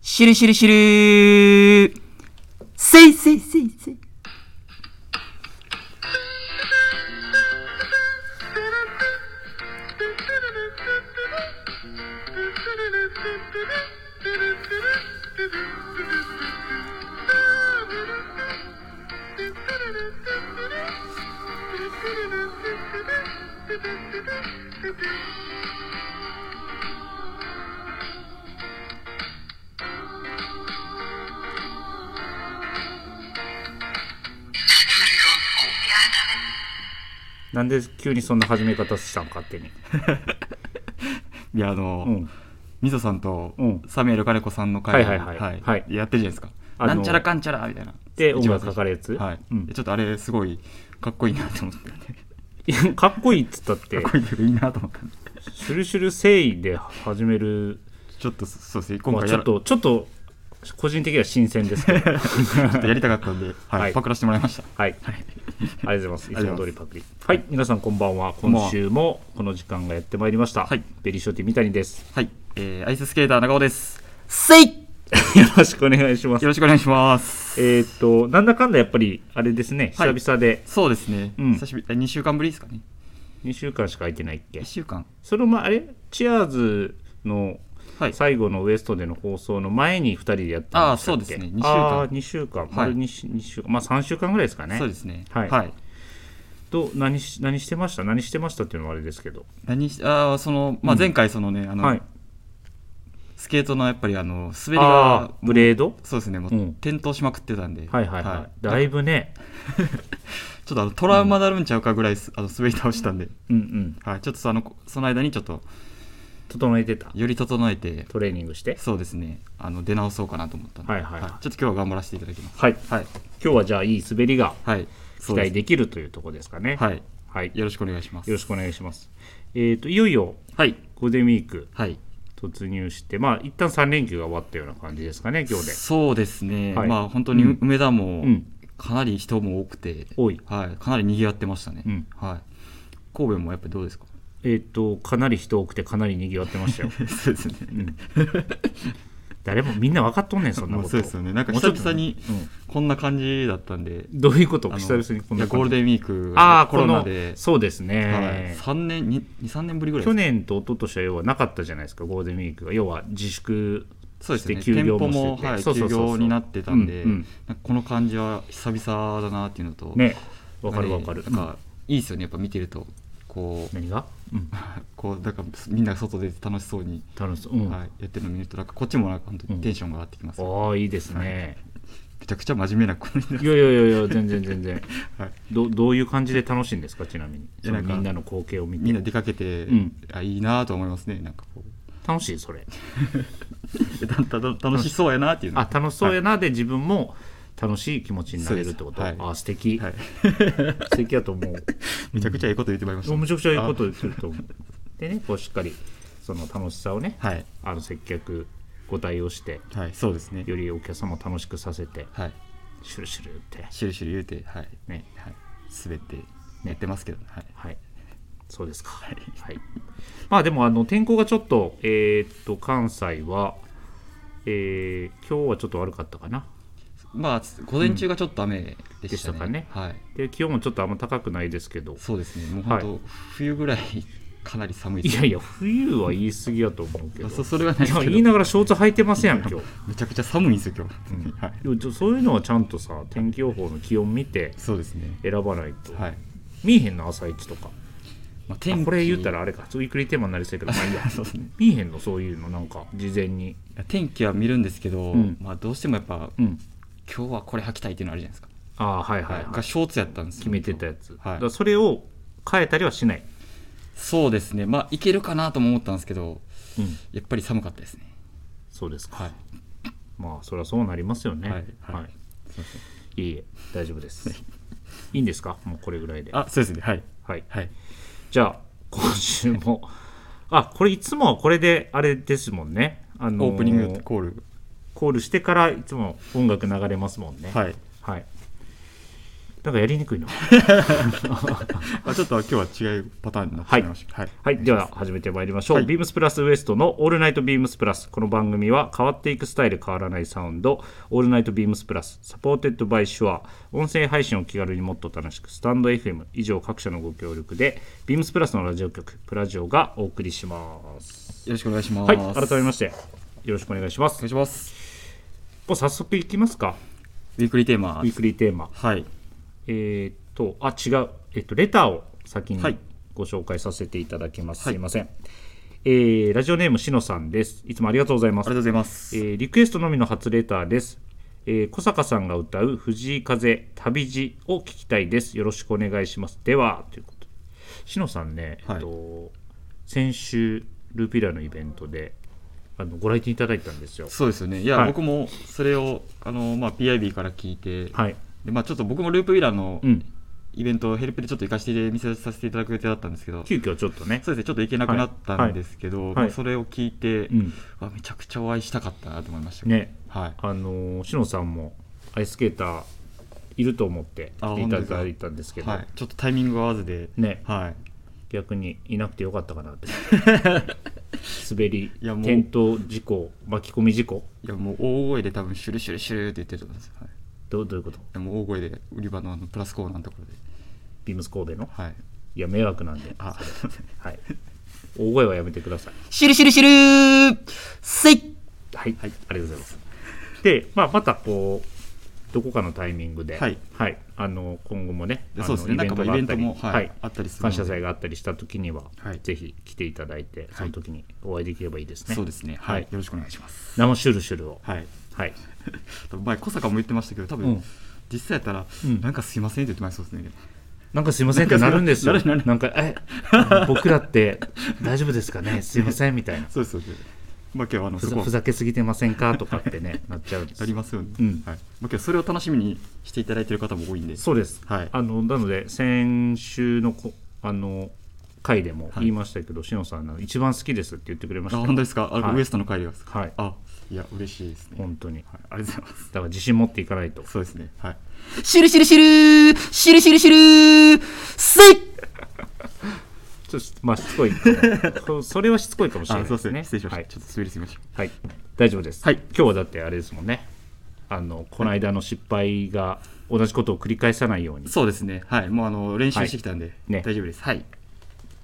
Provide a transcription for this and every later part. しるしるしるせいせいせいせい。なんで急にそんな始め方したの勝手に。いやあの、うん。みそさんと、うんサミュエル金子さんの会をはいはいはいはいやってるじゃないですか、あのなんちゃらかんちゃらみたいなで、音一番楽か最初かるやつ。はい、うんちょっとあれすごいかっこいいなと思って、いやかっこいいっつったってかっ、こいいというかいいなと思ったんでシュルシュル誠意で始める、ちょっとそそうですね今まあ、回ちやょっらと、ちょっと、個人的には新鮮です けど。ちょっとやりたかったんで、はいはいパクらせてもらいましたはい。ありがとうございます。いあつりがも通とうりございますパクリ。はい。皆さんこんばんは。んばん今は週もこの時間がやってまいりました。はいベリーショーティー三谷です。はい、えーアイススケーター長尾ですせいよろしくお願いしますよ。ろしくお願いしますえーっと、なんだかんだやっぱり、あれですね、久はい々で、そうですね、うん久しぶりえ2週間ぶりですかね2週間しか空いてないっけ1。週間その前、あれチアーズのはい最後のウエストでの放送の前に2人でやってましたっけあーそうですね二週間あー二週間。丸はい二週二週間。まあ3週間ぐらいですかね。そうですねはいはい、と何し、何してました何してましたっていうのはあれですけど。何しあーその、まあ、うん前回そのね、あのはい。スケートのやっぱりあの滑りあがーブレードそうですねもうんう転倒しまくってたんで、はいはいはい。だいぶね、ちょっとあのトラウマなるんちゃうかぐらいすあの滑り倒したんで、うんうん。はい、ちょっとそのその間にちょっと整えてた。より整えてトレーニングして。そうですねあの出直そうかなと思ったんで、はいはいはいちょっと今日は頑張らせていただきますはい。はい今日はじゃあ、いい滑りがはい期そう待ですできるというところですかね。はいはい。よよろしくお願いしますろしくお願いします。えっと、いよいよはいゴールデンウィークはい突入して、まあ、一旦3連休が終わったような感じですかね、今日で。そうですね、はいまあ本当にうん梅田うもんかなり人も多くて、多い。はい、かなり賑わってましたね、うんはい、神戸もやっぱりどうですか えっと、かなり人多くて、かなり賑わってましたよ。そうですねうん誰も、みんな分かっとんねん、そんなもこうと。そうですよねなんかもうちょ久っと々にこんな感じだったんでうんどういうことあの久々にこんいやなゴールンデンウィークああ、コこロナので、そうですはい、ね。 3年23年ぶりぐらい去です年と一昨年は要はなかったじゃないですか、ゴールデンウィークが。要は自粛そうですねして休店業舗もしてても、はい、そうそうそうそう休業になってたんで、うんうんなんかこの感じは久々だなっていうのとね、わかるわかる。なんかいいですよねやっぱ見てるとこう何が、うん、こうなんかみんなが外出て楽しそうに、楽しそう。うんはい、やってるの見るとなんかこっちもなんか本当うんにテンションが上がってきます、ああ、いいですね。めちゃくちゃ真面目な子になるい、やいやいやいや、全然全然。はい、どどういう感じで楽しいんですか、ちなみに。そやのなんかみんなの光景を見て。みんな出かけて、うんあいいなと思いますねなんかこう楽しい、それ。えたた楽しそうやなっていうのあ、楽しそうやな、で、自分も楽しい気持ちになれるってこと。そうですああ、素敵、はい、素敵やと思う。 めちゃくちゃええこと言ってまいりました、むちゃくちゃいいこと言ってると思う。でね、こうしっかり、その楽しさをね、はいあの接客、ご対応して、はいそうですねよりお客様を楽しくさせて、はいシュルシュルって。しゅるしゅる言うてはい、ね、はい、滑って寝てますけど、ね、はいはい。そうですか。はい。まあでもあの天候がちょっとえーっと関西は、えー今日はちょっと悪かったかな。まあ午前中がちょっと雨でしたね,、うんでしはいで気温もちょっとあんま高くないですけど。そうですねもう本当、は冬ぐらいかなり寒いでいすやいや冬は言い過ぎやと思うけど。そいそれはないですやけど言いながらショーツ履いてませんやん今日。めちゃくちゃ寒いんですよ今日、うんはいでもちょそういうのはちゃんとさ天気予報の気温見てそうですね選ばないと。はい、見えへんの朝一とか。あまあ、天気。これ言ったらあれか。ちょっとゆっくりテーマになりそうやけどまあいいや そうですね見えへんのそういうのなんか事前に。天気は見るんですけど、うんまあどうしてもやっぱうん。今日はこれ履きたいっていうのあるじゃないですか、ああはいはい、はいはい、がショーツやったんですよ決めてたやつ、いだからそれを変えたりはしない、そうですねまあいけるかなとも思ったんですけどうん、やっぱり寒かったですねそうですか、はいまあそりゃそうなりますよねはいははいいい、いえ大丈夫 ですいいんですかもうこれぐらいであそうですねはいはいはいじゃあ今週も あこれいつもはこれであれですもんねあのオープニングコールコールしてからいつも音楽流れますもんねはいはいなんかやりにくいな。あちょっと今日は違うパターンになってしまいました。はい。はい、では始めてまいりましょう、はいビームスプラスウエストの「オールナイトビームスプラス」この番組は変わっていくスタイル変わらないサウンド「オールナイトビームスプラス」サポーテッドバイシュア音声配信を気軽にもっと楽しくスタンド FM 以上各社のご協力でビームスプラスのラジオ局プラジオがお送りしますよろしくお願いします。はい改めましてよろしくお願いしまおす願いもします。う早速いきますかウィークリーテーマウィークリーテーマはい。えーっと、あ、違う。えっと、レターを先にはいご紹介させていただきます。はいすいません。えーラジオネームしのさんです。いつもありがとうございまあす。りがとうございます。えーリクエストのみの初レターです。えー小坂さんが歌う藤井風旅路を聞きたいです。よろしくお願いします。では、ということで。しのさんね、はいえっと、先週、ルピラのイベントで、あのご来店いただいたんですよ。そうですよね。いや、はい僕もそれを、あの、まあ、PIB から聞いて、はい。でまあ、ちょっと僕もループウィーラーのうん。イベントをヘルプでちょっと行かせて、見せさせていただく予定だったんですけど、急遽ちょっとね。そうですね、ちょっと行けなくなったんですけど、いまあはいそれを聞いて、うん。わめちゃくちゃお会いしたかったなと思いました。ね。はい。あのー、しのさんもアイススケーターいると思ってあ来ていただいたんですけど、はい、ちょっとタイミング合わずで、ねはい、逆にいなくてよかったかなって 滑りいやもう転倒事故巻き込み事故いやもう大声で多分シュルシュルシュルって言ってたんですよ、はい、どうどういうことでも大声で売り場のあのプラスコーナーのところで、ビームス神戸のはい、いや迷惑なんで、あはい、大声はやめてくださいシュルシュルシュルせいはい、はありがいとうございますで、まあ、またこうどこかのタイミングで、はいあの今後もねであのそうですねなんかまあイベントも、があったりはいあったりするの感で謝祭があったりした時には、はいぜひ来ていただいてその時にお会いできればいいですね、そうですね、ははいい、よろしくお願いします。生シュルシュルをはい、はい多分前小坂も言ってましたけど、多分、うん実際やったら、うんなんかすいませんって言ってましたそうですね。なんかすいませんってなるんですよなるなるなんかえ僕らって 大丈夫ですかねすいませんみたいなそうですそうです。まあ今日はあのふそざこはふざけすぎてませんかとかってねなっちゃうんですありますよね。うんはい。まあ今日それを楽しみにしていただいている方も多いんで、そうです、はいあのなので先週のこあの回でも言いましたけど、しのさんあの一番好きですって言ってくれまあした本当ですか。あ、はいウエストの会でですか。はいあいや嬉しいですね。はい本当にありがとうございます。だから自信持っていかないとそうですね。はい。シュルシュルシュルシュルシュルシュルせいちょっとまあしつこいかも こうそれはしつこいかもしれなあいそうでですすね。ね失礼しましはた。いちょっと滑りすぎました。はい、大丈夫です、はい今日はだってあれですもんねあのこの間の失敗が同じことを繰り返さないようにそうですね。はい。もうあの練習してきたんで、ね大丈夫です。はい。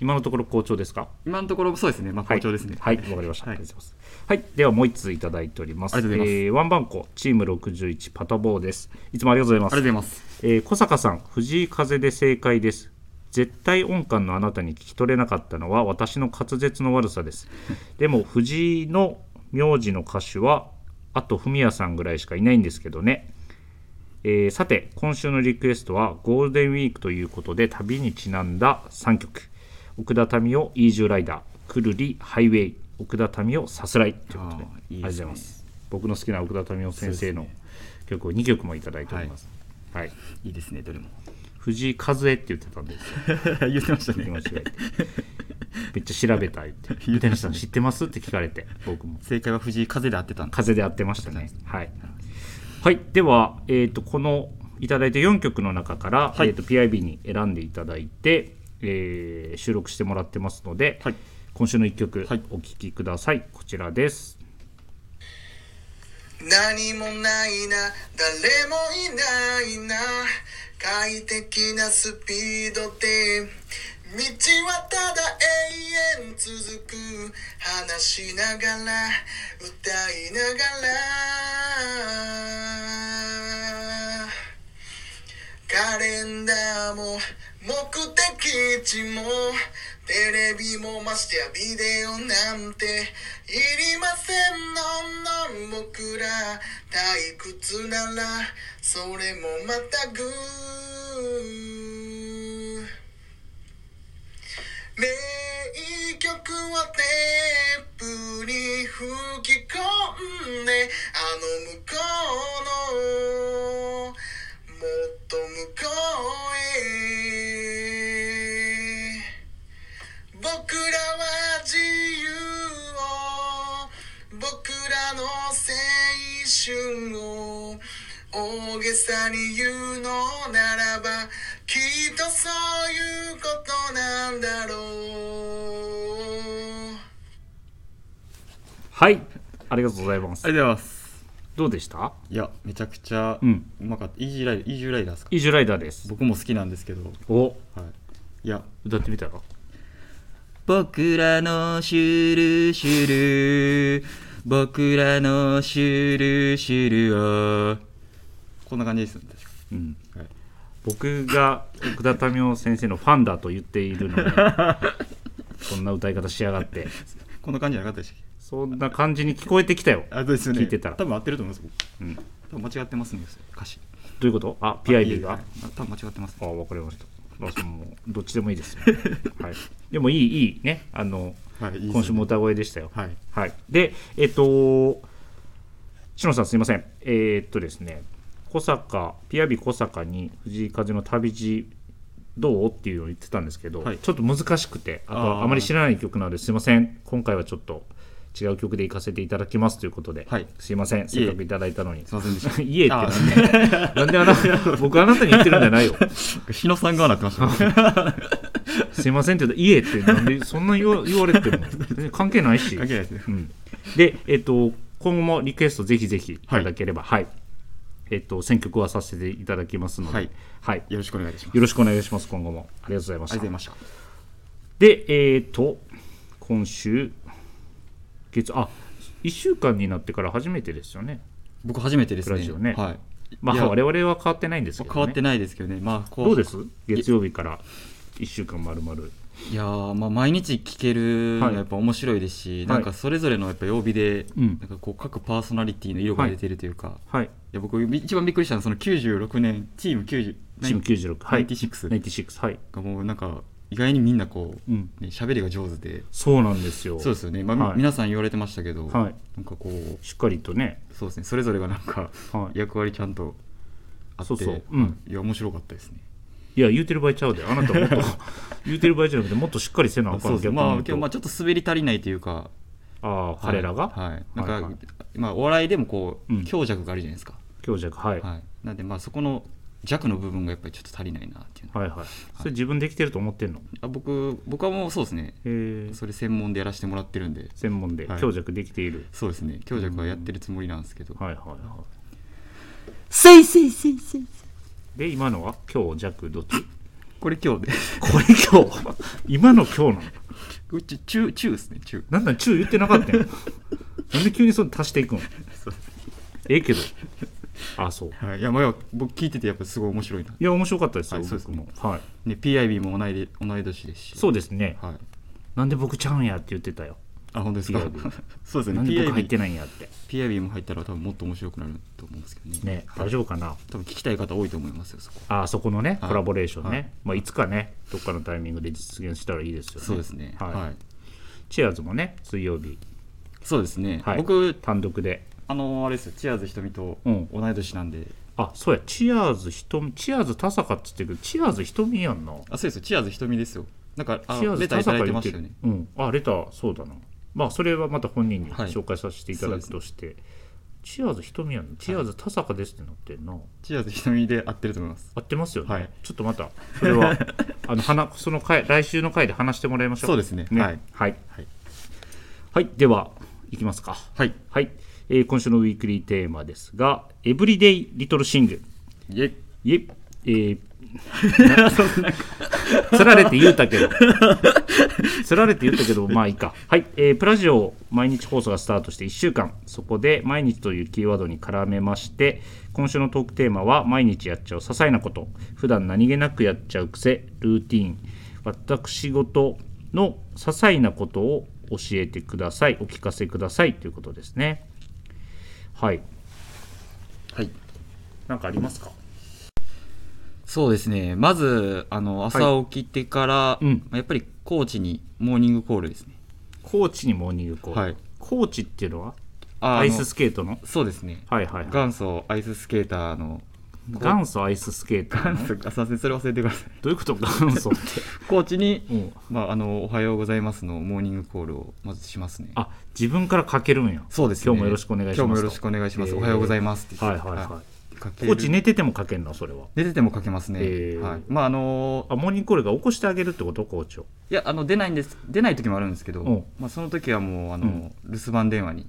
今のところ好調ですか今のところそうですね。まあ好調ですね。はいわ、かりました、はいありがとうございますはい、ではもう一通いただいておりますありがとうございますえーワンバンコチーム61パタボーですいつもありがとうございますありがとうございます。えー小坂さん藤井風で正解です絶対音感のあなたに聞き取れなかったのは私の滑舌の悪さですでも藤井の名字の歌手はあと文也さんぐらいしかいないんですけどね、えーさて今週のリクエストはゴールデンウィークということで旅にちなんだ3曲奥田民生イージューライダーくるりハイウェイ奥田民生さすらいということでああーいいりがですねとうございます僕の好きな奥田民生先生の曲を2曲もいただいております、はい、いいですね。どれも。 藤井風って言ってたんですよ、言ってました間違ね。えて。めっちゃ調べた言って、 ゆ言っててまなしさたんね知ってますって聞かれて、僕も。正解は藤井風で合ってたんで。風で合ってましたね。はい。はい、では、えっ、と、このいただいた4曲の中から、はいえっ、と、PIB に選んでいただいて、えー収録してもらってますので、はい今週の1曲はい、お聴きください。こちらです。何もないな誰もいないな快適なスピードで道はただ永遠続く話しながら歌いながらカレンダーも目的地もテレビもましてやビデオなんていりませんのんのん僕ら退屈ならそれもまたグー名曲はテープに吹き込んであの向こうのもっと向こうへ僕らは自由を僕らの青春を大げさに言うのならばきっとそういうことなんだろうはいありがとうございますありがとうございますどうでしたいやめちゃくちゃううんまかった、イージーライダーイージュライダーですかイージュライダーです僕も好きなんですけど、おはい、いや歌ってみたら僕らのシュルシュル僕らのシュルシュルをこんな感じですよね確かうんはい僕が奥田民生先生のファンだと言っている のにそんな歌い方しやがってこんな感じじゃなかったでしたっそんな感じに聞こえてきたよけあそうですよね聞いてたら多分合ってると思いますうん僕多分間違ってますね歌詞どういうことあ PIB あが多分間違ってますあね分かりましたあそのどっちでもいいですよ、はい、でもいいいいねあのはいいいですね今週も歌声でしたよはいはい、でえっ、と志野さんすいませんえーっとですね小坂ピアビ小坂に藤井風の旅路どうっていうのを言ってたんですけど、はいちょっと難しくてあとあはーあまり知らない曲なのですいません今回はちょっと違う曲で行かせていただきますということで、はいすいませんせっかくいただいたのに すいませんでした家ってあなんでなんであなた僕あなたに言ってるんじゃないよ日野さんがなってました ねすいませんって言うと家ってなんでそんな言わ言われ ても全然関係ないし関係ないですねうん、で、えっと、今後もリクエストぜひぜひいただければ、はいえっと、選曲はさせていただきますので、ははいいよろしくお願いしますよろしくお願いします、今後も。ありがとうございまあしりがたとうござい。ましたで、えっと、今週、月、あ1週間になってから初めてですよね。僕初めてですねラジオねはいまいやあ、我々は変わってないんですけど、ね、変わってないないですけどねまあこどうです月曜日から1週間まるまる。いやーまあ、毎日聴けるのははいやっぱ面白いですし、いなんかそれぞれのやっぱ曜日で、うんなんかこう各パーソナリティの色が出てるというか、い、はい。や僕一番びっくりしたのはその96年チーム90チーム96、はい。 96 96、はい。がもうなんか意外にみんなこう、うねん喋りが上手でそうなんですよ。そうですよね、まあみはい皆さん言われてましたけど、はいなんかこうしっかりとね、そうですねそれぞれがなんかはい役割ちゃんとあっそてうそううんいや面白かったですねいや、言うてる場合ちゃうで、あなたもっ と、言うてる場合じゃなくて、もっとしっかりせなあかそうんですね逆まあに今日言うまあとちょっと滑り足りないというかああ、彼らが、はいはいなんか、はいはいまあお笑いでもこう、うん強弱があるじゃないですか、強弱、はい、ははい、なんでまあそこの弱の部分がやっぱりちょっと足りないなっていうのい、はい。それ自分できてると思ってんのあ僕僕はもうそうですねえーそれ専門でやらせてもらってるんで専門ではい強弱できている。そうですね強弱はやってるつもりなんですけど、はい、はい、はせいせいせいせいい。で、今のは強弱どっち これ今日でこれ今日、 今の今日なの。これちゅ中中ですね中なんだ、中言ってなかったよ。なんで急にそれ足していくのそうええけど。あ、そう。はい、いやまあ僕聞いててやっぱすごい面白いな、いや、面白かったですよ、はいそうです僕ねも。はい。ね、PIB も同いで同い年ですしそうですね。はいなんで僕ちゃうんやって言ってたよ。あ本当ですか PIB そうですなねんで僕入って PIB, ないんやって。 PIB も入ったら多分もっと面白くなると思うんですけどねね、大丈夫かな多分聞きたい方多いと思いますよそこあそこのね、はいコラボレーションね、はいいまあ、いつかね、どっかのタイミングで実現したらいいですよね。そうですねはいはいチェアーズもね、水曜日、そうですね、はい僕単独で、あのあれですよチアーズ瞳とうん同い年なんで、あそうや、チアーズひとみ、チアーズ田坂っつってるけど、チアーズひとみやんな。あそうですよチアーズ瞳ですよなんかあチアーズレター田坂いただいて言まってしるたよねうん、あ、レター、そうだな。まあ、それはまた本人にはい紹介させていただくそとうして、チアーズひとみやんな、チアーズ田坂ですってなってんな。チアーズ瞳で合ってると思います合ってますよね、はいちょっとまた、それ は、あの話その回来週の回で話してもらいましょう。そうですねねははいい、はいはいでは、いきますか。はいはい、えー今週のウィークリーテーマですが、エブリデイ・リトル・シング。イェいえ、えー、 つられて言うたけど、 つられて言ったけど、まあいいか。はい、えープラジオ、毎日放送がスタートして1週間、そこで毎日というキーワードに絡めまして、今週のトークテーマは、毎日やっちゃう些細なこと、普段何気なくやっちゃう癖、ルーティーン、私事の些細なことを教えてください、お聞かせくださいということですね。はい、はいなんかありますかそうですねまずあの朝起きてから、うんまあやっぱりコーチにモーニングコールですねコーチにモーニングコール、はいコーチっていうのはあアイあスのスケートのそうですねはいはいはい元祖アイススケーターの元祖アイススケーターの元祖あすいませんそれ忘れてくださいどういうこと元祖ってコーチに、うんまあ、あの「おはようございます」のモーニングコールをまずしますねあ自分からかけるんやそうですね今日もよろしくお願いします今日もよろしくお願いしますおはようございますってはい言っはていはい、はかけコるーチ寝てても書けんのそれは出ててもかけますね、へーはい、まああのあモーニングコールが起こしてあげるってことコーチをいやあの出ないんです出ない時もあるんですけど、うんまあ、その時はもうあの、うん留守番電話に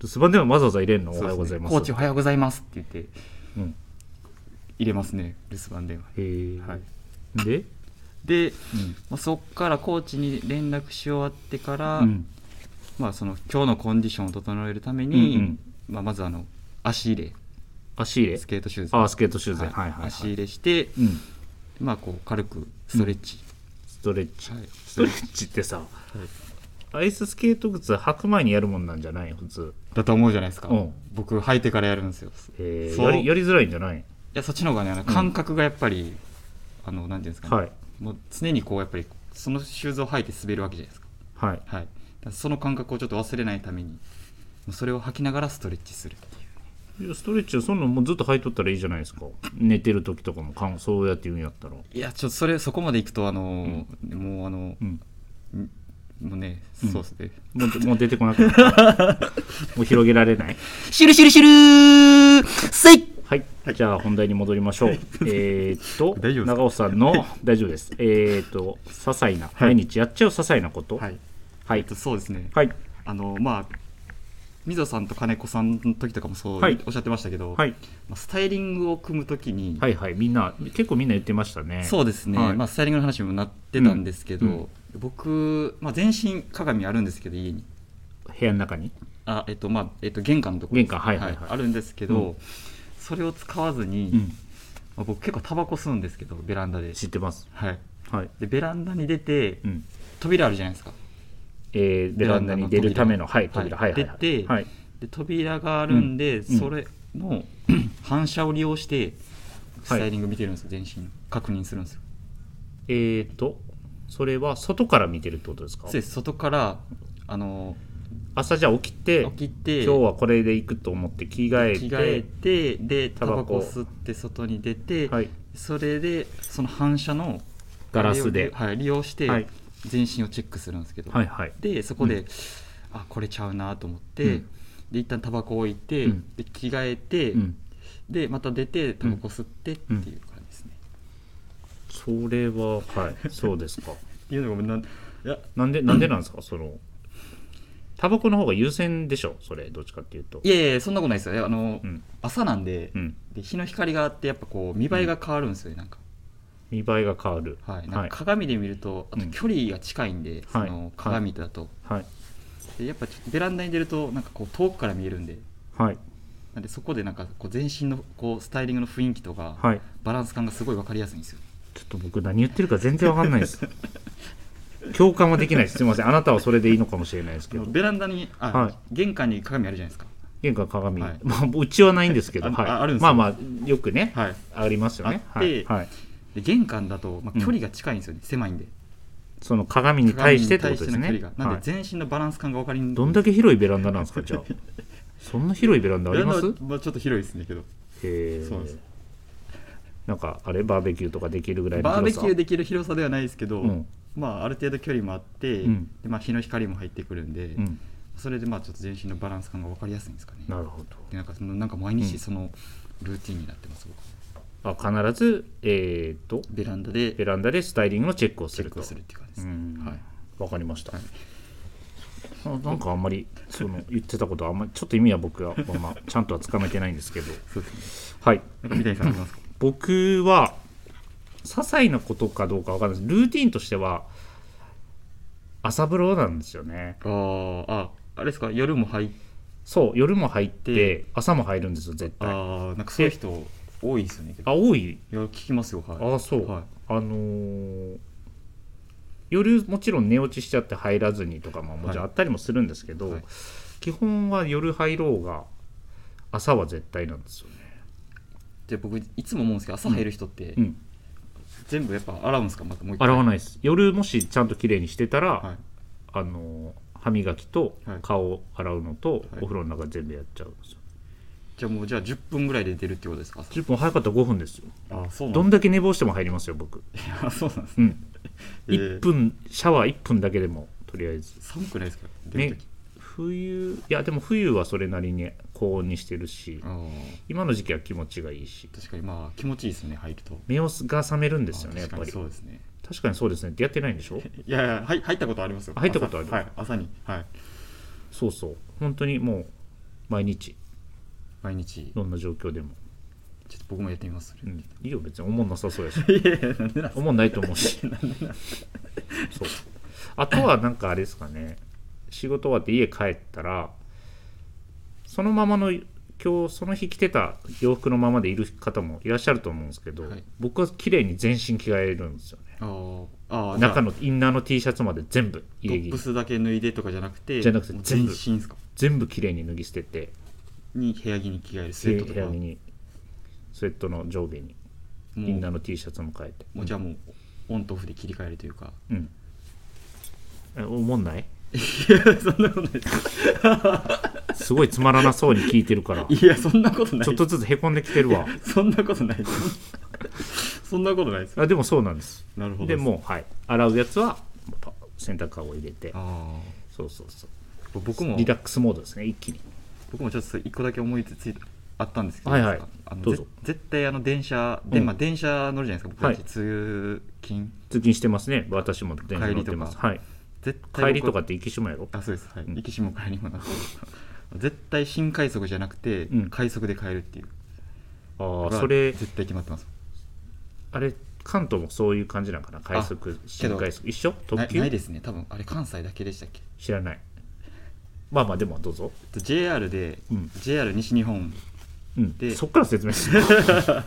留守番でもわざわざ入れんのおそはようごうざいでねますコーチおはようございますって言ってうん入れますね留守番電話へえ、はいで、で、まあ、そっからコーチに連絡し終わってから、うんまあ、その今日のコンディションを整えるためうんに、うんまあ、まずあの足入れ足入れスケートシューズあスケートシューズはねいはいはい、はい、足入れして、うんまあ、こう軽くストレッチ、ストレッチ、はいストレッチってさ、アイススケート靴履く前にやるもんなんじゃない普通、だと思うじゃないですか、うん僕履いてからやるんですよえーそうやりやりづらいんじゃないいやそっちの方がねあの感覚がやっぱり、あのなんていうんですかね、はいもう常にこうやっぱりそのシューズを履いて滑るわけじゃないですか,、はいはい、だからその感覚をちょっと忘れないためにもうそれを履きながらストレッチするっていういやストレッチはそんなのもうずっと履いとったらいいじゃないですか寝てる時とかもかんそうやって言うんやったらいやちょっとそれそこまでいくとあの、もうあの、うんもうね、うんそうですねもうもう出てこなくなった もう広げられないシュルシュルシュルせいはい、じゃあ本題に戻りましょう。えーっ と、大丈夫ですか長尾さんの、大丈夫です。えーっと、些細な、毎日やっちゃう些細なこと。ははい。い、はえいっと、。そうですねはい。あのまあ溝さんと金子さんの時とかもそう、はいおっしゃってましたけど、はい。まあ、スタイリングを組む時に、はい。はい。みんな、結構みんな言ってましたね。そうですね、はいまあ、スタイリングの話にもなってたんですけど、うんう僕、まあ、全身鏡あるんですけど家に部屋の中に。あ、えっとまあえっと、玄関のところです玄関はいはいはいあるんですけど、うんそれを使わずに、うん。まあ、僕結構タバコ吸うんですけどベランダで,、知ってます。はい、はい。でベランダに出て、うん。扉あるじゃないですかえー、ベランダに出るための、はい、扉、は。はいいはいはい出てはい。で扉があるんで、んそれの 反射を利用してスタイリング見てるんですよ、全身確認するんですよえーっと、それは外から見てるってことですかそうです外からあの朝じゃあ起きて、起きて今日はこれで行くと思って着替えて、着替えてでタタババココ吸って外に出て、はい。それでその反射のガラスであれをはい、利用してはい全身をチェックするんですけど、はいはい。でそこで、うあこれちゃうなと思って、うんで一旦タバコ置いて、うんで着替えて、うん。でまた出てタバコ吸ってっていう感じですね、それは、 はい。そうですか。いやでもなんいやなんで、なんでなんですか、その、タバコの方が優先でしょ、それ、どっちかっていうと。いやいやそんなことないですよあの、うん、朝なんで,、うん。で日の光があってやっぱこう見栄えが変わるんですよねなんか見栄えが変わる。はい、なはんいか。鏡で見ると、うんあと距離が近いんで、そはいの鏡だと、はい。でやっぱちょっとベランダに出るとなんかこう遠くから見えるんではい。なんでそこでなんかこう全身のこうスタイリングの雰囲気とか、はい。バランス感がすごい分かりやすいんですよちょっと僕、何言ってるか全然わかんない です。共感はできないです。すみません。あなたはそれでいいのかもしれないですけど。ベランダにあ、はい玄関に鏡あるじゃないですか玄関鏡、はいまあ、うちはないんですけど、あはい。ああるんですまあよまあ、よくね、はいありますよね。あはってい。はい。で玄関だと、まうあ、ん距離が近いんですよね、狭いんでその鏡に対してって鏡こにと対ですしての距ね離が。なはんいで、全身のバランス感が分かりにどんだけ広いベランダなんですか、 じゃあ。そんな広いベランダあベラりンダまはすまあ、ちょっと広いですねけどへえそうなんですなんかあれバーベキューとかできるぐらいのバーベ広キさューできる広さではないですけど、うんまあ、ある程度距離もあって、うんでまあ、日の光も入ってくるんで、うん、それでまあちょっと全身のバランス感が分かりやすいんですかね。なるほでなんかそのなんか毎日そのルーティンになってます、僕どあ必ずえー、っとベランダでベランダでスタイリングのチェックをすチェるックとをするっていう感じですうね。んはい、わかりました、はいあなんかあんまりその言ってたことはあんまりちょっと意味は僕は、まあ、ちゃんとはつかめてないんですけどそうですはいね。なんか三谷さんありますか僕は些細なことかどうかわかんないですルーティンとしては朝風呂なんですよねあーあ、あれですか、夜も入って、そう夜も入っでて朝も入るんですよ絶対あああ、なんかそういう人多いですよね。結構多いいや、聞きますよ、はい。ああそう、はいあのー夜もちろん寝落ちしちゃって入らずにとかももちろんあったりもするんですけど、はい基本は夜入ろうが朝は絶対なんですよね、で僕、いつも思うんですけど、朝入る人って、うん、全部やっぱ洗うんですか、またもう一回。洗わい。ないです夜もしちゃんと綺麗にしてたら、はい、あのー歯磨きとはい顔を洗うのと、いお風呂の中全部やっちゃうんですよじゃあもう、じゃあ10分ぐらいで出るってことですか、朝10分早かったら5分ですよああ、そうなどんんでだけ寝坊しても入りますよ僕、すね。あ そうなんですうね。ん、1分シャワー1分だけでもとりあえず寒くないですか、出目る時。冬いやでも冬はそれなりに高温にしてるしあー今の時期は気持ちがいいし確かにまあ気持ちいいですよね入ると目をが覚めるんですよねやあっーぱ確かにりそうですね確かにそうですねってやってないんでしょいやいやはい入ったことありますよ入ったことある朝はい朝にはいそうそう本当にもう毎日毎日ちょどんな状況でも、っと僕もやってみますうそれん、いいよ別におもんなさそうやし いやいやなんでなんおもんないと思うしそうあとはなんかあれですかね仕事終わって家帰ったらそのままの今日その日着てた洋服のままでいる方もいらっしゃると思うんですけど、はい僕は綺麗に全身着替えるんですよねあーあーじゃあ中のインナーの T シャツまで全部ト家ッ着プスだけ脱いでとかじゃなくてじゃなくてもう全全部身ですか全部綺麗に脱ぎ捨ててに部屋着に着替えるスウェットと部か屋着にスウェットの上下にインナーもの T シャツも変えてうもうじゃあもうオンとオフで切り替えるというか うんえおもんないいやそんなことないですすごいつまらなそうに聞いてるからいやそんなことないちょっとずつへこんできてる わそんなことないです。そんなことないです。あでもそうなんですなるほど。ですもうはい洗うやつはパ洗濯カゴ入れてあそうそうそうあ、僕もリ、ラックスモードですね一気に僕もちょっと一個だけ思いついあったんですけど、はいはいですかあのどうぞぜ絶対あの電車、でうんまあ電車乗るじゃないですか。僕たち、はい通勤、通勤してますね私も電車乗ってます帰りとかはい絶対帰りとか僕って行きしもやろあ、そうです。はい。ん行きしも帰りもな 絶対新快速じゃなくて、うん快速で帰るっていう。あこあはそれ絶対決まってます。あれ関東もそういう感じなんかな快速新快速一緒な特いない急ですね。多分あれ関西だけでしたっけ？知らないまあまあでもどうぞ、で JR で、うん JR 西日本うん、でそっから説明して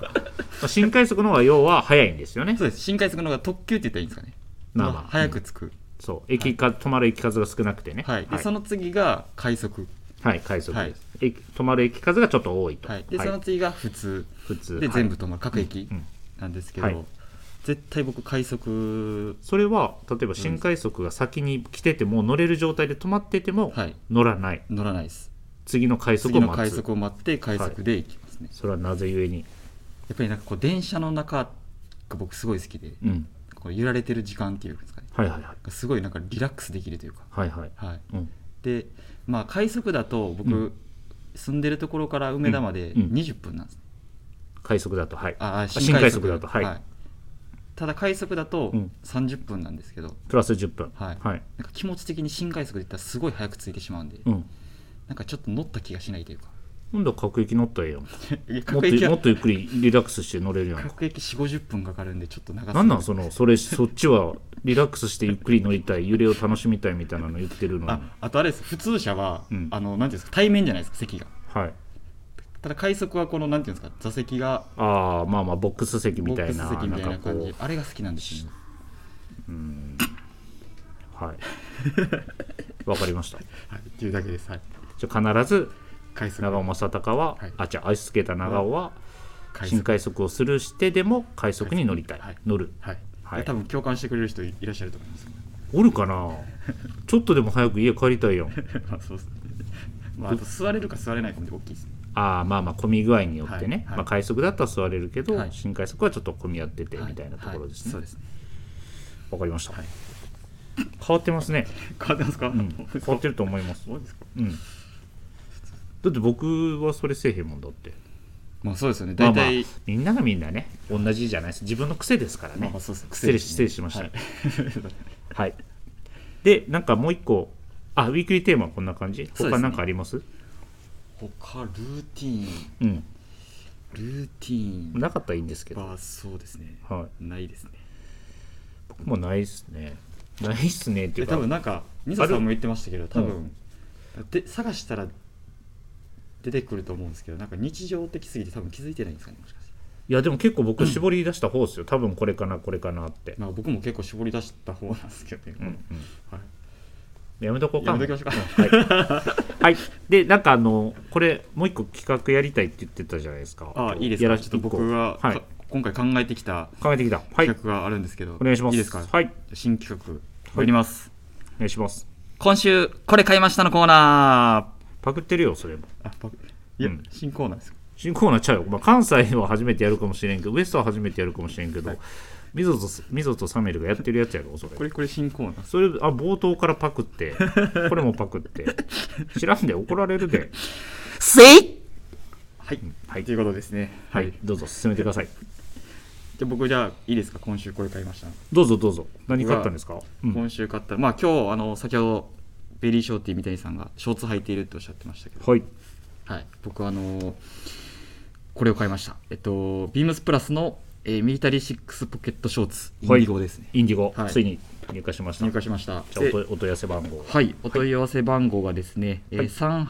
新快速の方が要は早いんですよねそうです。新快速の方が特急って言ったらいいんですかね。まあまあ早く着く。そう駅か、止まる駅数が少なくてねはい、でその次が快速、はい、快速です、駅止まる駅数がちょっと多いと、はい、でその次が普通、普通ではい全部止まる各駅うんなんですけど、はい絶対僕快速それは例えば新快速が先に来てても乗れる状態で止まっててもはい乗らない乗らないです次の快速次をの待快つ速を待って快速で行きますね、それはなぜゆえにやっぱりなんかこう電車の中が僕すごい好きで、うんこう揺られてる時間っていうんですかねはいはいはいすごいなんかリラックスできるというか、はいはいはい、うんでまあ快速だと僕、う住んでるところから梅田までうんうん20分なんです、快速だとはいああ新快速だとはい、ただ快速だとうん30分なんですけど、プラス10分はいはいなんか気持ち的に新快速でいったらすごい早く着いてしまうんで、うんなんかちょっと乗った気がしないというか今度は各駅乗ったらええよもいやっ 各と駅もはっとゆっくりリラックスして乗れるやんか各駅4 5 0分かかるんでちょっと長すぎるなんなんそのそれそっちはリラックスしてゆっくり乗りたい揺れを楽しみたいみたいなの言ってるのにああとあれです普通車は、うんあのなんていうんですか対面じゃないですか席がはいただ快速はこのなんていうんですか座席がああまあまあボックス席みボたックいスな席みたいななんか感こじあれが好きなんですよねうはいわかりましたはいっていうだけですはいじゃあ必ず快速長尾正隆は、はいあじゃあアイススケーター長尾は快新速快速をするしてでも快速に乗りたい、はい乗るはい、はい多分共感してくれる人いらっしゃると思います おるかなちょっとでも早く家帰りたいやんまあそうですね。まあ、あと座れるか座れないかも大きいですね。ああまあまあ混み具合によってね、はいはいまあ、快速だったら座れるけど、はい新快速はちょっと混み合っててみたいなところですねわ、はいはいそうですね。かりました、はい変わってますね、変わってますか？ うん、変わってると思いますそうですか。うんだって僕はそれせえへんもんだってまあそうですよね。まあ大まあ体、みんながみんなね同じじゃないです自分の癖ですからね、まあまあそうですね。失礼し失礼しましたはいはいでなんかもう一個あウィークリーテーマはこんな感じそうで他すねなんかありますう,、他ルーティーン、ルーティんーンなかったらいいんですけど、はそうですね。はいないですね。僕もないっすねないっすねっていでうか多分なんか水野さんも言ってましたけど、多う分、で探したら出てくると思うんですけど、なんか日常的すぎて多分気づいてないんですかね。もしかして。いやでも結構僕絞り出した方ですよ、多分これかなこれかなって、まあ僕も結構絞り出した方なんですけどね。うんうんはい。やめとこうかやめときましょうか。 はい、はい、でなんかあのこれもう一個企画やりたいって言ってたじゃないですか あいいですやからちょっと僕はが、はいか今回考えてきた考えてきたはい企画があるんですけど、お願いしますいですか、はい新企画入ります、お願いします今週これ買いましたのコーナパクってるよそれもーあパいや、うん新コーナーです新コーナーちゃうよ、まあ、関西は初めてやるかもしれんけどウエストは初めてやるかもしれんけど、ミゾとミゾとサメルがやってるやつやろそれこれこれ新コーナーそれあ冒頭からパクって これもパクって知らんで怒られるでせいはい、はいということですねはじいどうぞ進めてくださいゃあ僕じゃあいいですか今週これ買いましたどうぞどうぞ何買ったんですか、うん今週買ったまあ今日あの先ほどベリーショーティー三谷さんがショーツ履いているっておっしゃってましたけど、はいはい、僕あのこれを買いましたえっとビームスプラスの、えーミリタリーシックスポケットショーツインディゴですね、インディゴ、はいついに入荷しました入荷しましたじゃあおでとお問い合わせ番号はい、お問い合わせ番号がですね、えはいー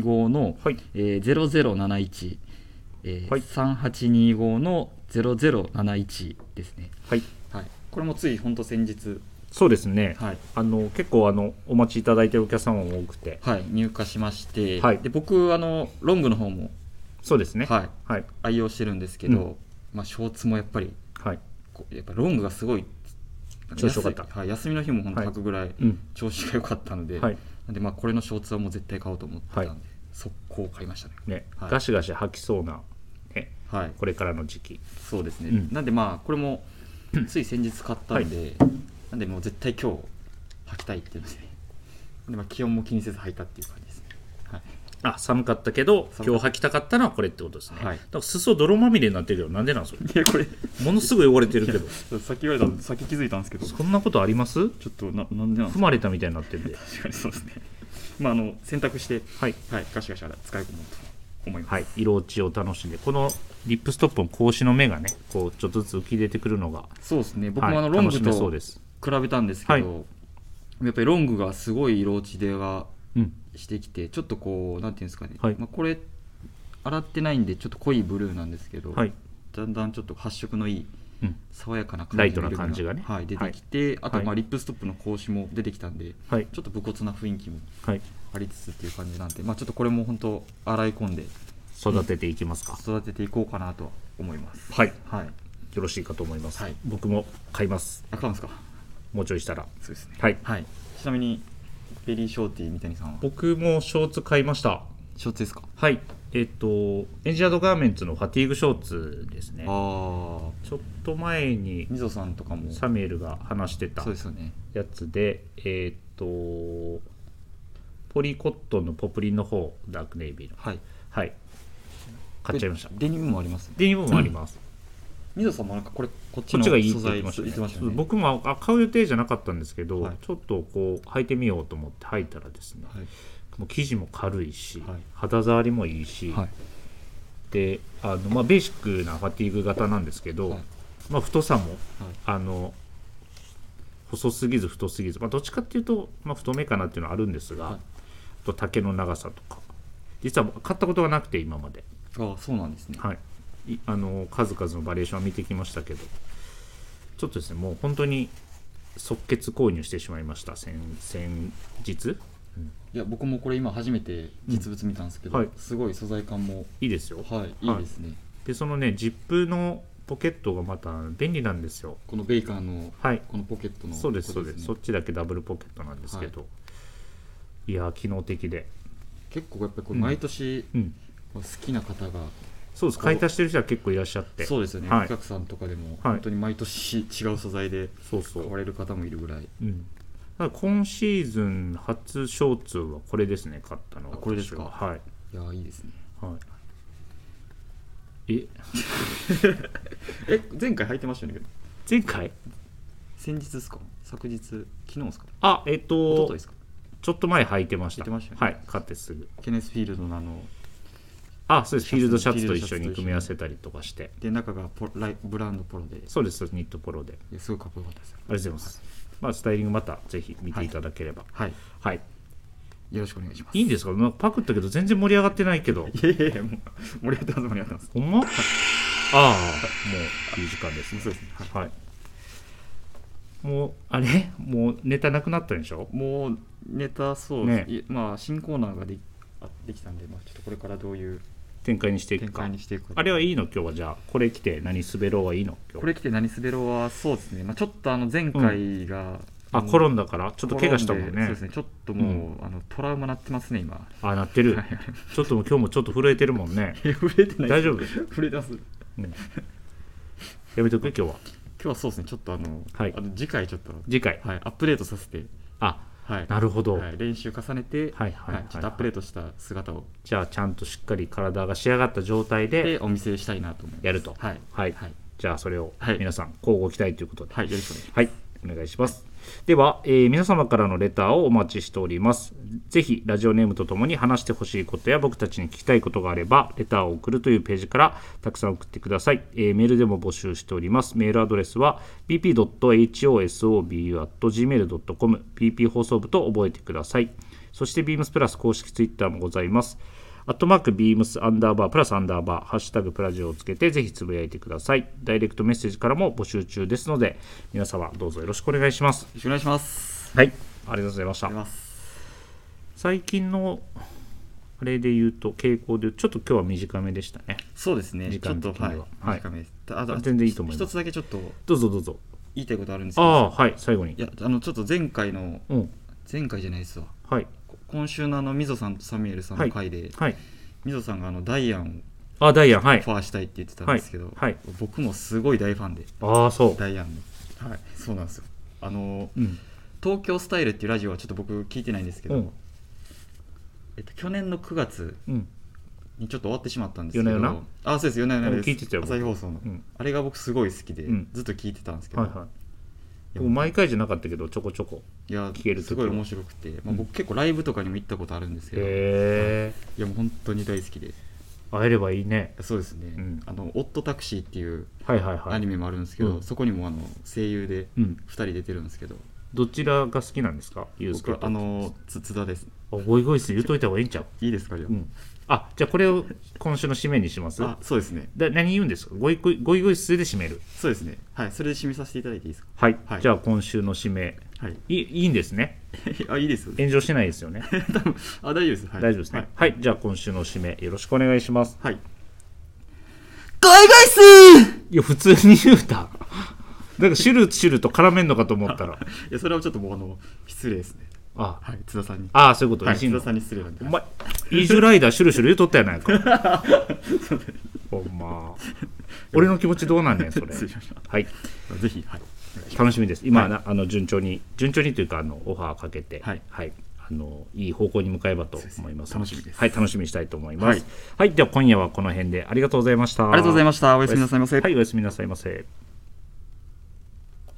3825の、はいえー、0071、えーはい3825の0071ですね、はいはい、これもつい本当先日、そうですね、はいあの結構あのお待ちいただいてるお客様も多くてはい、入荷しまして、はいで僕あのロングの方も、そうですねはい、はい愛用してるんですけど、うんまあ、ショーツもやっぱりはいこうやっぱロングがすごい調子良かった安いはい、休みの日も本当はい履くぐらいうん調子が良かったので、はいなんでまあこれのショーツはもう絶対買おうと思ってたんで、はい速攻買いましたねね、はいガシガシ吐きそうな、ね、はいこれからの時期そうですね、うんなんでまあこれもつい先日買ったんで、なんでもう絶対今日履きたいっていうのでなんでまあ気温も気にせず履いたっていう感じですねはい あ寒かったけど寒か今日履きたかったのはこれってことですね、はだいから裾泥まみれになってるけどなんでなんそれいやこれものすごい汚れてるけどさっき言われたさっき気づいたんですけどちそんなことありますょっとななんでなん踏まれたみたいになってるんで確かにそうですね まああの洗濯してはいはいガシガシ洗い使い込もうと思いますはい、色落ちを楽しんでこのリップストップの格子の目がねこうちょっとずつ浮き出てくるのがそうですね僕もあのはいロング楽しめそうでとす、比べたんですけど、やっぱりロングがすごい色落ち出がうん、してきてちょっとこうなんていうんですかね、はいまあ、これ洗ってないんでちょっと濃いブルーなんですけど、はい、だんだんちょっと発色のいいうん爽やかなラ感イじトのな色感じがねはい、出てきて、あとまはあいリップストップの格子も出てきたんで、はいちょっと武骨な雰囲気もはい、ありつつっていう感じなんで、まあ、ちょっとこれも本当洗い込んで育てていきますか、育てていこうかなとは思いますはいよはいろしいかと思います、はい僕も買いますあかんですかもうちょいしたらそうですねはいはいちなみにベリーショーティー三谷さんは僕もショーツ買いましたショーツですかはいえっ、とエンジニアードガーメンツのファティーグショーツですねああちょっと前にみぞさんとかもそサミュエルが話してたうですよねやつでえっ、とポリコットンのポプリンの方ダークネイビーのはいはい買っちゃいましたでデニムもありますねデニムもあります、みぞさんもなんかこれこっちこっのちがいいっ素て言って材ましたね言ってましたよね僕もあ買う予定じゃなかったんですけど、はいちょっとこう履いてみようと思って履いたらですね、はいもう生地も軽いし、はい肌触りもいいし、はいであの、まあ、ベーシックなファティーグ型なんですけど、はいまあ、太さもはいあの細すぎず太すぎず、まあ、どっちかっていうと、まあ、太めかなっていうのはあるんですが、はいあと丈の長さとか実は買ったことがなくて今まで、ああそうなんですねはい、いあの数々のバリエーションは見てきましたけどちょっとですねもう本当に即決購入してしまいました先先日いや僕もこれ今初めて実物見たんですけうんはどいすごい素材感もいいですよ、はいいいですねでそのねジップのポケットがまた便利なんですよこのベイカーのはいこのポケットのそうですそこうこです、ねそっちだけダブルポケットなんですけど、い、やー機能的で結構やっぱりこれ毎年うん好きな方がそうです買い足してる人は結構いらっしゃってそうですよねはいお客さんとかでもはい本当に毎年違う素材でそうそ買わう、れる方もいるぐらいうん、だから今シーズン初ショーツはこれですね買ったのはあこれですか私はいやいいですねい、はい、ええ前回履いてましたよね前回先日ですか昨日昨日ですかあえっ、一と昨日ですかちょっと前履いてました履いてましたよねはい買ってすぐケネスフィールドのあのあそうですシフャツィールドシャツと一緒フィールドシャツと一緒にに組み合わせたりとかしてで中がポライブランドポロでいそうですニットポロでやすごいかっこよかったですあよりがとうございます、まあスタイリングまたぜひ見ていただければはいはい、よろしくお願いしますい、いんですかなんかパクったけど全然盛り上がってないけどいやいやいやもう盛り上がってます盛り上がってますほんまああもういい時間ですねそうですねはいはいもうあれもうネタなくなったでしょもうネタそうです、ねいまあ新コーナーができあできたんで、まあ、ちょっとこれからどういう展開にしてい展くか開にしていくかあれはいいの今日はじゃあこれ来て何滑ろうはいいの今日これ来て何滑ろうはそうですね、まあ、ちょっとあの前回があ、転んだから、ちょっと怪我したもん転でそうねです。ねちょっともう、あのトラウマなってますね今あ、なってるはい。ちょっともう今日もちょっと震えてるもんね。え触れてない大丈夫触れてます今やめとく、今日は。日はそうですねちょっとあの,、はいあの次回ちょっと、次回。はい、アップデートさせて、あ、はい、なるほど。はい、練習重ねて、はいはいはいちょっとアップデートした姿をじゃあ、ちゃんとしっかり体が仕上がった状態ででお見せしたいなと思いますやると。はいはいはい。じゃあ、それをはい皆さん、交互期待ということで。はいよろしくお願いしはい、お願いします。では、えー皆様からのレターをお待ちしております。ぜひ、ラジオネームとともに話してほしいことや僕たちに聞きたいことがあれば、レターを送るというページからたくさん送ってください。えーメールでも募集しております。メールアドレスは bp.hosobu.gmail.com、bp 放送部と覚えてください。そして、beams プラス公式ツイッターもございます。アットマークビームスアンダーバープラスアンダーバーハッシュタグプラジオをつけてぜひつぶやいてくださいダイレクトメッセージからも募集中ですので皆様どうぞよろしくお願いしますますよろしくお願いしますはいありがとうございましあたりがとうございます最近のあれで言うと傾向で言うとちょっと今日は短めでしたねそうですね時ちょっ間と的にははい、はい短めですあと全然いいと思います一つだけちょっとどうぞどうぞ言いたいことあるんですけあどあはい最後にいやあのちょっと前回のうん前回じゃないですわはいこ今週のあのみぞさんとサミュエルさんはのい回で、はいみぞさんがあのダイアンあダイアンはをいファーしたいって言ってたんですけど、はいはい僕もすごい大ファンでああそうダイアンのはいそうなんですよあのうん東京スタイルっていうラジオはちょっと僕聞いてないんですけど、うんえっと、去年の9月うんにちょっと終わってしまったんですけど夜な夜あそうですよなよなです聞いてたよ僕朝日放送の、うんあれが僕すごい好きで、うんずっと聞いてたんですけど、はいはい僕毎回じゃなかったけどちょこちょこいや聞ける時はすごい面白くて、まあ、僕結構ライブとかにも行ったことあるんですけど、いへえやもう本当に大好きで会えればいいねそうですね、うんあの「オットタクシー」っていうはいはいはアニいメもあるんですけど、うんそこにもあの声優でうん2人出てるんですけど、どちらが好きなんですかユース僕ケはとあのつ津田ですあゴイゴイスー言うといた方がいいんちゃう、いいですかじゃあ、うん、あじゃあこれを今週の締めにしますあそうですねだ何言うんですかゴイゴイゴイゴイスーで締めるそうですねはいそれで締めさせていただいていいですかはい、はいじゃあ今週の締めはい いいいいんですねあいいですよね炎上してないですよね多分あ大丈夫です、はい、大丈夫ですねはい、じゃあ今週の締めよろしくお願いしますはい、はいゴイゴイスーいや普通に言うた なんかシュルシュルと絡めんのかと思った らいやそれはちょっともうあの失礼ですねあはい津田さんにああそういうこと、はいいじん津の田さんに失礼なんでお前イージュライダーシュルシュル言うとったやないか ほんま俺の気持ちどうなんねんそれ失礼しましたはいぜひはい楽しみです今、はいなあの順調に順調にというかあのオファーかけて、はいあのいい方向に向かえばと思いますそうですね楽しみですはい楽しみにしたいと思いますははいい、では今夜はこの辺でありがとうございましたあありがとうございまししたありがとうございましたおやすみなさいませはいおやすみなさいませ